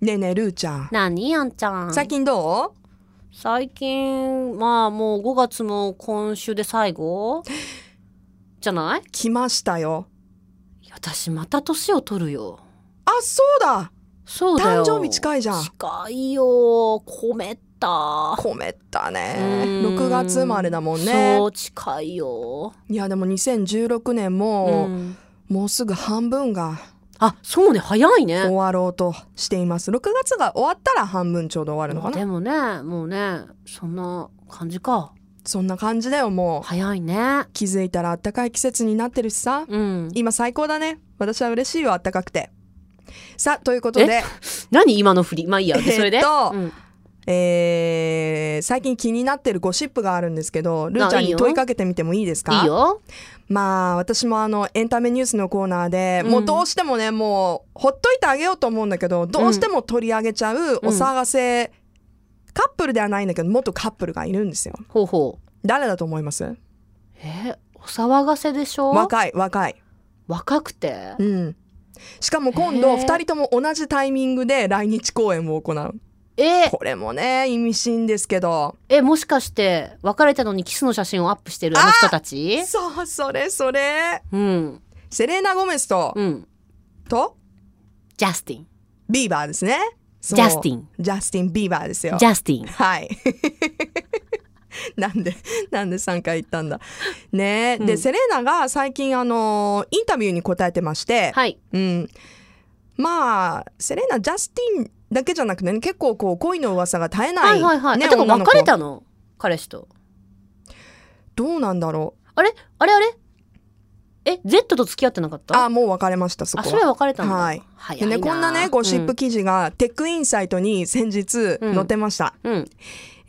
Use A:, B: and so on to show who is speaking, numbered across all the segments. A: ねえねえルーちゃん
B: 何やんちゃん
A: 最近どう
B: 最近まあもう5月も今週で最後じゃない
A: 来ましたよ
B: いや私また年を取るよ
A: あそうだ
B: そうだよ
A: 誕生日近いじゃん
B: 近いよ米った
A: 米ったね
B: うん
A: 6月生まれだもんね
B: そう近いよ、
A: いやでも2016年
B: う
A: も、
B: ん
A: もうすぐ半分が
B: あそうね早い
A: 終
B: ね
A: わろうとしています6月が終わったら半分ちょうど終わるのかな
B: でもねもうねそんな感じか
A: そんな感じだよもう
B: 早いね
A: 気づいたらあったかい季節になってるしさ
B: うん
A: 今最高だね私は嬉しいよあったかくてさあということで
B: 何今の振りまあいいやでそれで、
A: えっと
B: うん
A: えー最近気になってるゴシップがあるんですけどルーちゃん
B: いい
A: に
B: よ
A: 問いかけてみてもいいですか
B: いいよ
A: まあ私もあのエンタメニュースのコーナーで、
B: うん
A: もうどうしてもねもうほっといてあげようと思うんだけどどうしても取り上げちゃうお騒がせ、カップルではないんだけど元カップルがいるんですよ
B: ほうほう
A: 誰だと思います
B: えお騒がせでしょ
A: 若い若い
B: 若くて
A: うんしかも今度
B: へー
A: 2人とも同じタイミングで来日公演を行う
B: え
A: これもね意味深ですけど
B: えもしかして別れたのにキスの写真をアップしてるあの人たち
A: そうそれそれ
B: うん
A: セレーナ・ゴメスと、
B: うん
A: と
B: ジャスティン
A: ビーバーですねジ
B: ジャスティン
A: ジャスティン・ビーバーですよ
B: ジャスティン
A: はい なんでなんで3回言ったんだねえ、
B: うん
A: でセレーナが最近あのインタビューに答えてまして、
B: はい
A: うん、まあセレーナジャスティンだけじゃなくて、ね、結構こう恋の噂が絶えない、
B: はいはいはい
A: ね、
B: あてか
A: 女の子
B: 別れたの彼氏と
A: どうなんだろう
B: あれあれあれえ Z と付き合ってなかった
A: あもう別れましたそ
B: あ
A: こ
B: それ
A: は。
B: は別れたんだ
A: はい
B: 早
A: で
B: いな
A: ね、こんなねゴシップ記事がテックインサイトに先日載ってました、
B: うんうん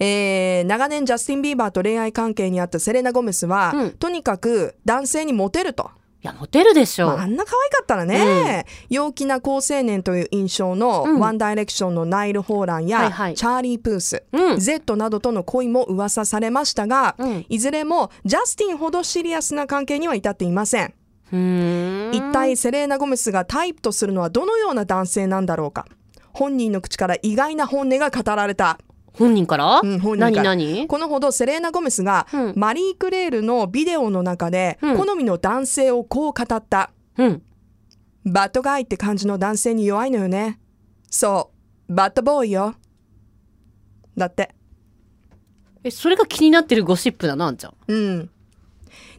A: えー長年ジャスティン・ビーバーと恋愛関係にあったセレナ・ゴメスは、
B: うん
A: とにかく男性にモテると、
B: いやモテるでしょ、
A: まあ、あんな可愛かったらね、陽気な好青年という印象の、
B: うん
A: ワンダイレクションのナイル・ホーランや、
B: はいはい
A: チャーリー・プース、
B: うん
A: Z などとの恋も噂されましたが、
B: うん
A: いずれもジャスティンほどシリアスな関係には至っていません、
B: ふーん
A: 一体セレーナ・ゴメスがタイプとするのはどのような男性なんだろうか本人の口から意外な本音が語られた
B: 本人から、
A: うん本人から
B: 何何
A: このほどセレーナ・ゴメスが、
B: うん
A: マリー・クレールのビデオの中で、
B: うん
A: 好みの男性をこう語った
B: うん
A: バッドガイって感じの男性に弱いのよねそうバッドボーイよだって
B: えそれが気になってるゴシップだなあんちゃん
A: うん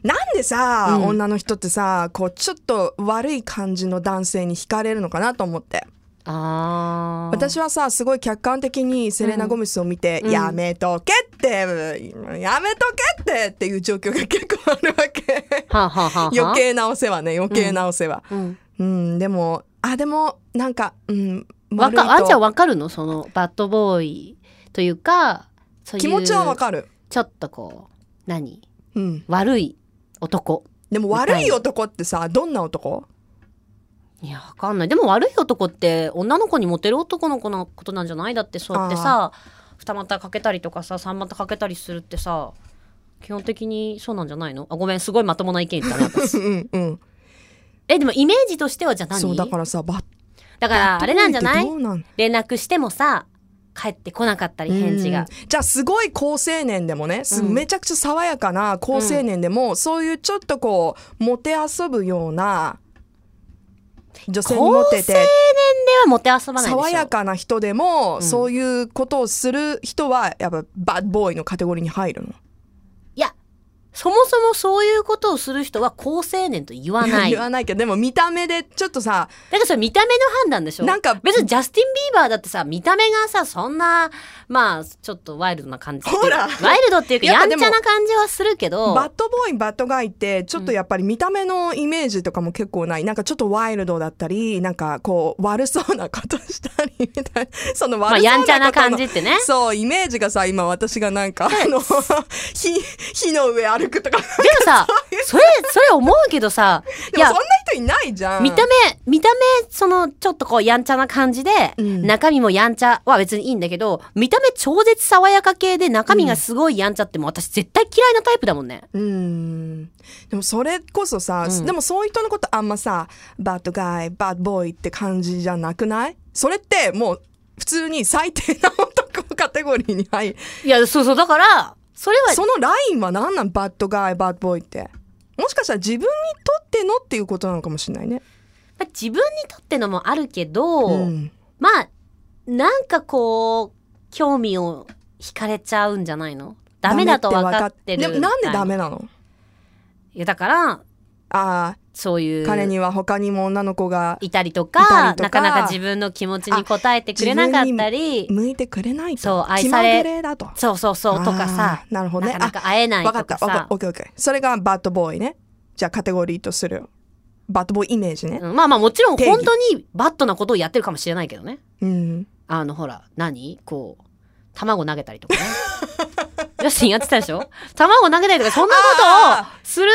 A: なんでさ、
B: うん
A: 女の人ってさこうちょっと悪い感じの男性に惹かれるのかなと思って
B: あー
A: 私はさすごい客観的にセレナ・ゴメスを見て「
B: うん
A: やめとけってやめとけって」っていう状況が結構あるわけ。
B: はあ、はあはあはあ、
A: 余計なお世話ね余計なお世話
B: うん
A: うん、でもあでもなんかうん
B: わ
A: 悪いと
B: かあんちゃんわかるのそのバッドボーイというかそういう
A: 気持ちはわかる
B: ちょっとこう何
A: うん
B: 悪い男
A: でも悪い男ってさどんな男
B: いやわかんないでも悪い男って女の子にモテる男の子のことなんじゃないだってそうやってさ二股かけたりとかさ三股かけたりするってさ基本的にそうなんじゃないのあごめんすごいまともな意見言ったね 私
A: うんうん
B: えでもイメージとしてはじゃあ何
A: そうだからさバッ
B: だからあれなんじゃない
A: どうなん
B: 連絡してもさ帰ってこなかったり返事
A: うん
B: が
A: じゃあすごい好青年でもね、す
B: うん
A: めちゃくちゃ爽やかな好青年でも、そういうちょっとこうもてあそぶような女性にモテ
B: 好
A: て
B: ではモテ遊ばないでしょ
A: 爽やかな人でも、
B: ん
A: そういうことをする人はやっぱバッドボーイのカテゴリーに入るの
B: いやそもそもそういうことをする人は好青年と言わない
A: 言わないけどでも見た目でちょっとさ
B: だからそれ見た目の判断でしょ
A: なんか
B: 別にジャスティン・ビーバーだってさ見た目がさそんなまあちょっとワイルドな感じっていう
A: ほら
B: ワイルドっていうか
A: やっ
B: や
A: ぱ
B: んち
A: で
B: ゃ
A: も
B: な感じはするけど
A: バッドボーイバッドガイってちょっとやっぱり見た目のイメージとかも結構ない、なんかちょっとワイルドだったりなんかこう悪そうなことしたりみたいな その
B: まあ
A: 悪そうなことの、
B: やんちゃな感じってね
A: そうイメージがさ今私がなんかあの 火火の上歩くとかでも
B: でもさそれそれ思うけどさ
A: そん
B: い
A: な
B: や
A: 人いないじゃん
B: 見た目見た目そのちょっとこうやんちゃな感じで、
A: うん
B: 中身もやんちゃは別にいいんだけど見た目超絶爽やか系で中身がすごいやんちゃってもう私絶対嫌いなタイプだもんね。
A: うんでもそれこそさ、
B: うん
A: でもそういう人のことあんまさバッドガイバッドボーイって感じじゃなくないそれってもう普通に最低な男カテゴリーに入る
B: いやそうそうだからそれは
A: そのラインは何なんバッドガイバッドボーイってもしかしたら自分にとってのっていうことなのかもしれないね
B: まあ自分にとってのもあるけど、
A: うん
B: まあなんかこう興味を惹かれちゃうんじゃないのダメだと分かってる
A: でもなんでダ
B: み
A: メなの
B: たいないやだから
A: あ
B: そうい
A: あ
B: う
A: 彼には他にも女の子が
B: いたりと
A: いた
B: か
A: りとか
B: なかなか自分の気持ちに応えてくれなかったり
A: 向いてくれないと
B: そう愛
A: 気
B: さ
A: ま
B: れ
A: ぐれだと
B: そうそうそうとかさ
A: あーなるほど
B: な
A: ね
B: かなか会えない
A: わか
B: と
A: った
B: か
A: わか
B: さ
A: オッケーオッケーそれがバッドボーイねじゃあカテゴリーとするバッドボーイイメージね
B: うんまあまあもちろん
A: 定義
B: 本当にバッドなことをやってるかもしれないけどね
A: うん
B: あのほら何こう卵投げたり とかねジャスティンやってたでしょ卵投げたりとかそんなことを
A: あ
B: する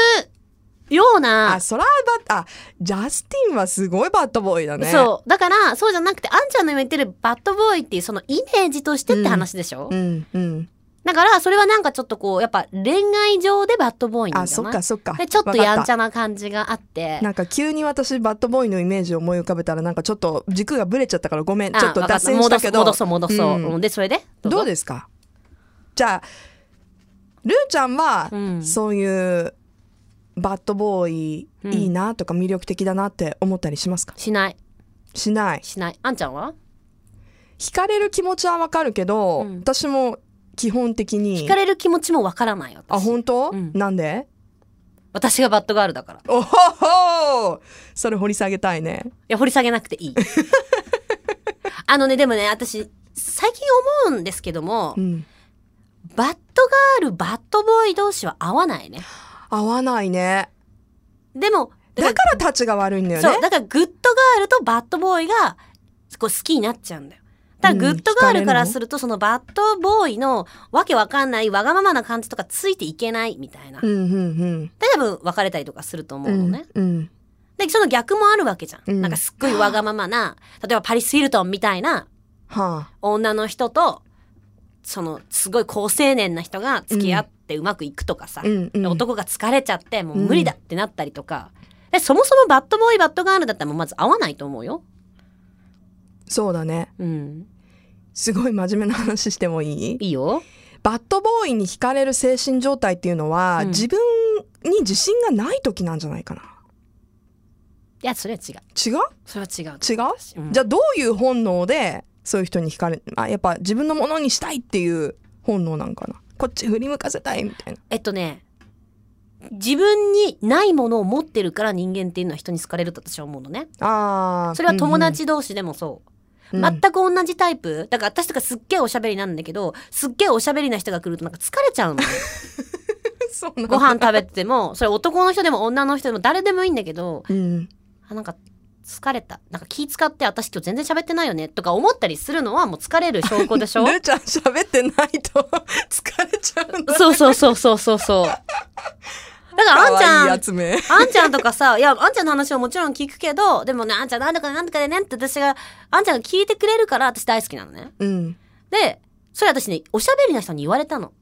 B: ような
A: あそらバッあジャスティンはすごいバッドボーイだね
B: そうだからそうじゃなくてあんちゃんの今言ってるバッドボーイっていうそのイメージとしてって話でしょ、
A: うんうん
B: だからそれはなんかちょっとこうやっぱ恋愛上でバッドボーイなん
A: あ
B: じゃ
A: そ
B: な
A: っ
B: い
A: かそっか
B: でちょっとやんち
A: ゃ
B: ゃな感じがあって
A: なんか急に私バッドボーイのイメージを思い浮かべたらなんかちょっと軸がぶれちゃったからごめん
B: あ
A: ちょっと
B: わか
A: 脱線したけど
B: 戻そう戻そう戻そう、
A: うん
B: うんでそれでどうぞ
A: どうですかじゃあルーちゃんは、
B: うん
A: そういうバッドボーイ
B: うん
A: いいなとか魅力的だなって思ったりしますか、
B: しない
A: しない
B: しないあんちゃんは
A: 惹かれる気持ちはわかるけど、
B: うん
A: 私も基本的に
B: 惹かれる気持ちもわからない
A: あ
B: 私
A: 本当、
B: うん
A: なんで
B: 私がバッドガールだからい
A: おほほそれ掘り下げたいね
B: や掘り下げなくて いいあのねでもね私最近思うんですけども
A: うん
B: バッドガールバッドボーイ同士は合わないね
A: 合わないね
B: でも
A: だから立ちが悪いんだよ
B: そう
A: ね
B: だからグッドガールとバッドボーイがこう好きになっちゃうんだよだからグッドガールからするとそのバッドボーイのわけわかんないわがままな感じとかついていけないみたいな
A: うんうんうん
B: で多分別れたりとかすると思
A: う
B: うの
A: ん
B: ね、
A: うん
B: でその逆もあるわけじゃん、
A: うん
B: なんかすっごいわがま まな例えばパリス・ヒルトンみたいな
A: はあ
B: 女の人とそのすごい高青年な人が付き合ってうまくいくとかさ、
A: うんうん
B: 男が疲れちゃってもう無理だってなったりとか、でそもそもバッドボーイバッドガールだったらもうまず合わないと思うよ。
A: そうだね
B: うん、
A: すごい真面目な話してもいい
B: いいよ。
A: バッドボーイに惹かれる精神状態っていうのは、
B: うん
A: 自分に自信がない時なんじゃないかない
B: やそれは違う。
A: 違う
B: それは違う。
A: 違う
B: うん
A: じゃあどういう本能でそういう人に惹かれあやっぱ自分のものにしたいっていう本能なんかなこっち振り向かせたいみたいな
B: えっとね自分にないものを持ってるから人間っていうのは人に好かれると私は思うのね。
A: あー
B: それは友、達同士でもそう。
A: うんうん
B: 全く同じタイプだから私とかすっげえおしゃべりなんだけどすっげえおしゃべりな人が来るとなんか疲れちゃう のね
A: そうなんだ
B: ご飯食べててもそれ男の人でも女の人でも誰でもいいんだけど
A: うん
B: あなんか疲れたなんか気使って私今日全然喋ってないよねとか思ったりするのはもう疲れる証拠で し
A: ル
B: ょ
A: ーちゃん喋ってないと 疲れちゃうんだ
B: そうそうそうそうそうそうだからあんち
A: 可愛い
B: ゃん
A: やつめ
B: あんちゃんとかさ、いや、あんちゃんの話はもちろん聞くけど、でもね、あんちゃんなんとかなんとかでねって私が、あんちゃんが聞いてくれるから私大好きなのね。
A: うん
B: で、それ私ね、おしゃべりな人に言われたの。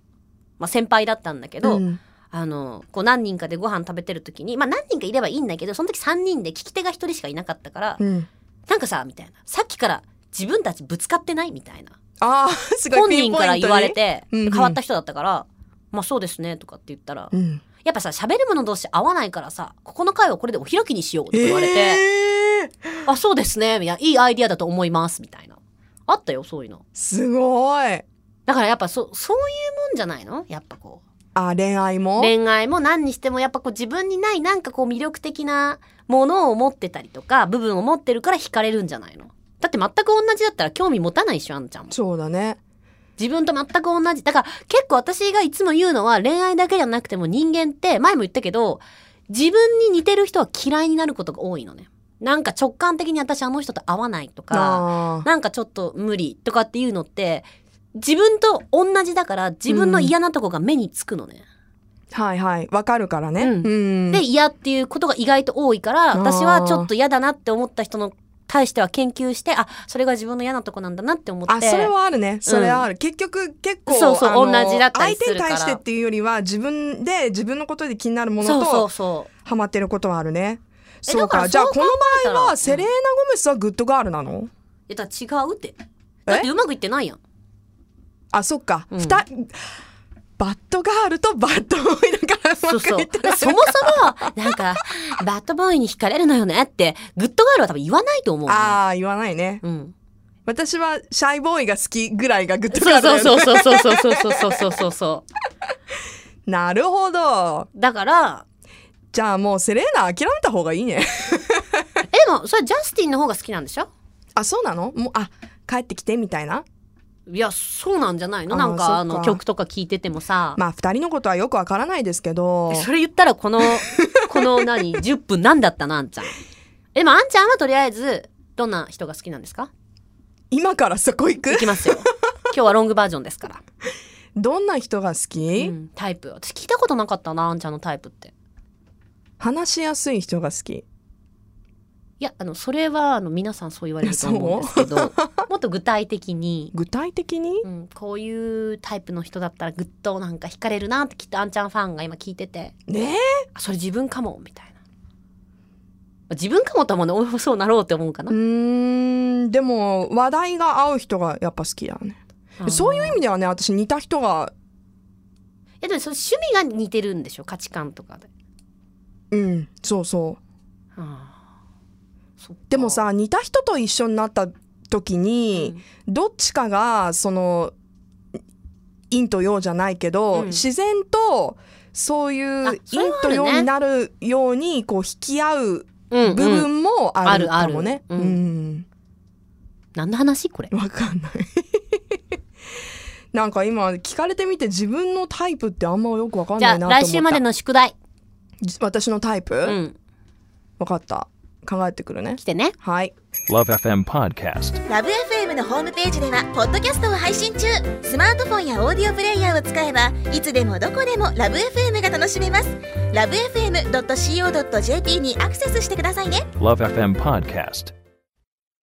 B: まあ先輩だったんだけど、
A: うん
B: あの、こう何人かでご飯食べてる時に、まあ何人かいればいいんだけど、その時3人で聞き手が1人しかいなかったから、
A: うん
B: なんかさ、みたいな。さっきから自分たちぶつかってないみたいな。
A: ああすごい
B: 本
A: ピ
B: 人
A: ンポ
B: か
A: イントに
B: ら言われて、
A: うんうん
B: 変わった人だったから、まあそうですね、とかって言ったら、
A: うん
B: やっぱさ、喋る者同士合わないからさ、ここの回はこれでお開きにしようとか言われて、
A: えー、
B: あ、そうですね、みたいな、いいアイディアだと思います、みたいな。あったよ、そういうの。
A: すごい
B: だからやっぱそ、そういうもんじゃないのやっぱこう。
A: あ恋愛も
B: 恋愛も何にしてもやっぱこう自分にないなんかこう魅力的なものを持ってたりとか、部分を持ってるから惹かれるんじゃないのだって全く同じだったら興味持たないでしょ、あんちゃんも。
A: そうだね
B: 自分と全く同じ。だから結構私がいつも言うのは恋愛だけじゃなくても人間って前も言ったけど自分に似てる人は嫌いになることが多いのね。なんか直感的に私あの人と合わないとか、
A: あー
B: なんかちょっと無理とかっていうのって自分と同じだから自分の嫌なとこが目につくのね。
A: はいはいわかるからね、
B: うん
A: うん
B: で嫌っていうことが意外と多いから
A: あー
B: 私はちょっと嫌だなって思った人の対しては研究してあそれが自分の嫌なとこなんだなって思って。
A: あそれはあるねそれはある、結局結構
B: そうそう
A: あの
B: 同じだったりするか
A: 相手に対
B: ら
A: してっていうよりは自分で自分のことで気になるも
B: そ
A: の
B: うそう
A: と
B: そう。
A: ハマってることはあるね
B: え
A: そうか
B: だから
A: じゃあ
B: そう
A: こ
B: 考
A: の
B: えたら
A: 場合はセレーナ・ゴメスはグッドガールなの
B: いやだから違うってだってうまくいってないやん
A: あそっか、
B: うん
A: ふたバッドガールとバッドボーイだから
B: そうそう。
A: うまくいってない
B: そもそも、なんか、バッドボーイに惹かれるのよねって、グッドガールは多分言わないと思う、ね。
A: ああ言わないね
B: うん。
A: 私はシャイボーイが好きぐらいがグッド
B: そ
A: ガ
B: う
A: ールだよ
B: そう
A: ね
B: そうそうそうそうそうそうそうそうそ
A: なるほど
B: う。だから、
A: じゃあもうセレーナ諦めた方がいいね
B: え、でも、それジャスティンの方が好きなんでしょ
A: あそうなのもうあ帰ってきてみたいない
B: や、そうなんじゃないの
A: あー
B: なん
A: そっ
B: か、
A: か
B: あの、曲とか聞いててもさ。
A: まあ二人のことはよくわからないですけど
B: それ言ったら、この、この何、10分なんだったな、あんちゃん。え、でも、あんちゃんはとりあえず、どんな人が好きなんですか
A: 今からそこ行く
B: い きますよ。今日はロングバージョンですから。
A: どんな人が好き、
B: うんタイプ。私聞いたことなかったな、あんちゃんのタイプって。
A: 話しやすい人が好き
B: いやあのそれはあの皆さんそう言われると思うんですけど もっと具体的に、
A: 具体的に
B: うん、こういうタイプの人だったらぐっとなんか惹かれるなってきっとあんちゃんファンが今聞いてて
A: ね
B: あそれ自分かもみたいな自分かもとはもうねおそうなろうって思うか
A: え
B: な
A: う、ーんでも話題が合う人がやっぱ好きだね
B: あー
A: そういう意味ではね私似た人が
B: えでもそれ趣味が似てるんでしょ価値観とかで、
A: うんそうそう
B: あーそっか
A: でも、さ似た人と一緒になった時
B: う
A: に、
B: ん
A: どっちかがその陰と陽じゃないけど、
B: うん
A: 自然とそういう
B: あ
A: 陰
B: それはあ
A: と
B: るね
A: 陽になるようにこう引き合う
B: うん
A: 部
B: うん、
A: 分もあるかもね。
B: あるあるう何の話これ
A: うんわかんないなんか今聞かれてみて自分のタイプってあんまよくわかん
B: じゃ
A: な
B: あ
A: いなと思った
B: 来週までの宿題、
A: じ私のタイプ、
B: う
A: わ
B: ん、
A: かった考えてくるね
B: 来てね
A: はい
C: Love FM Podcast.
D: ラブ f m のホームページではポッドキャストを配信中スマートフォンやオーディオプレイヤーを使えばいつでもどこでもラブ f m が楽しめますラブ FM.co.jp にアクセスしてくださいね
C: Love FM Podcast.